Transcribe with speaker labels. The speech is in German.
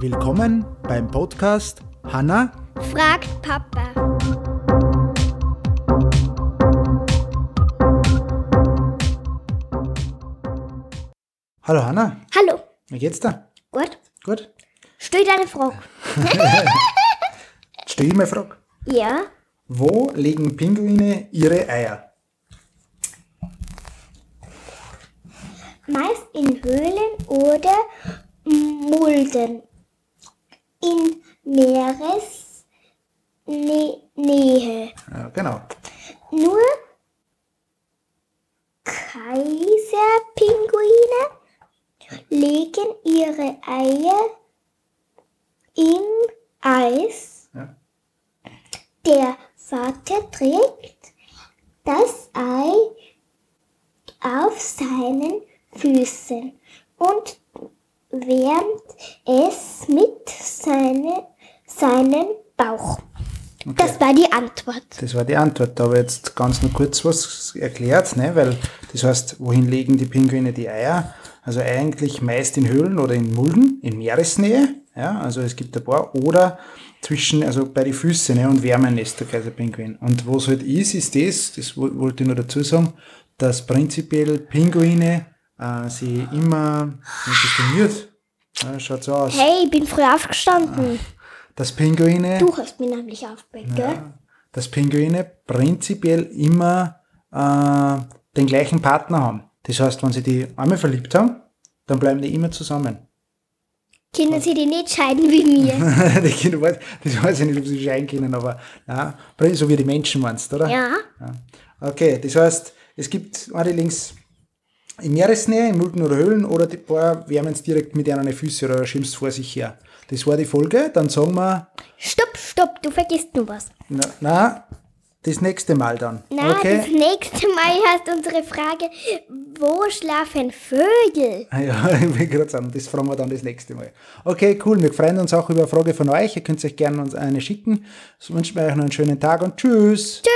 Speaker 1: Willkommen beim Podcast Hanna
Speaker 2: Fragt Papa.
Speaker 1: Hallo Hanna,
Speaker 2: Hallo.
Speaker 1: wie geht's da?
Speaker 2: Gut.
Speaker 1: Gut?
Speaker 2: Stell deine Frage.
Speaker 1: Stell ich mal Frage.
Speaker 2: Ja.
Speaker 1: Wo legen Pinguine ihre Eier?
Speaker 2: Meist in Höhlen oder Mulden. In Ne- Meeresnähe.
Speaker 1: Ja, genau.
Speaker 2: Nur Kaiserpinguine legen ihre Eier im Eis.
Speaker 1: Ja.
Speaker 2: Der Vater trägt das Ei auf seinen Füßen und wärmt es mit seine, seinem Bauch. Das war die Antwort.
Speaker 1: Das war die Antwort. Da habe ich jetzt ganz nur kurz was erklärt, ne? weil das heißt, wohin legen die Pinguine die Eier? Also eigentlich meist in Höhlen oder in Mulden, in Meeresnähe. Ja, also es gibt ein paar. Oder zwischen, also bei den Füßen ne? und wärmen ist der Kaiserpinguin. Und was halt ist, ist das, das wo- wollte ich nur dazu sagen, dass prinzipiell Pinguine äh, sie immer, was ist denn jetzt? Ja, schaut so aus.
Speaker 2: Hey, ich bin früh aufgestanden.
Speaker 1: Dass Pinguine.
Speaker 2: Du hast mich nämlich aufgeweckt, gell?
Speaker 1: dass Pinguine prinzipiell immer äh, den gleichen Partner haben. Das heißt, wenn sie die einmal verliebt haben, dann bleiben die immer zusammen.
Speaker 2: Können sie die nicht scheiden wie mir?
Speaker 1: die Kinder, weiß- das weiß ich nicht, ob sie scheinen können, aber na, so wie die Menschen meinst, oder?
Speaker 2: ja.
Speaker 1: Ja. Okay, das heißt, es gibt eine links in Meeresnähe, in Mulden oder Höhlen oder die paar wärmen es direkt mit einer Füße oder schimpfst vor sich her. Das war die Folge, dann sagen wir,
Speaker 2: Stopp, stopp, du vergisst nur was.
Speaker 1: na, na das nächste Mal dann.
Speaker 2: Na,
Speaker 1: okay?
Speaker 2: das nächste Mal hast unsere Frage, wo schlafen Vögel?
Speaker 1: Ah Ja, ich will gerade sagen, das fragen wir dann das nächste Mal. Okay, cool. Wir freuen uns auch über eine Frage von euch. Ihr könnt euch gerne uns eine schicken. Ich wünsche euch noch einen schönen Tag und tschüss.
Speaker 2: Tschüss.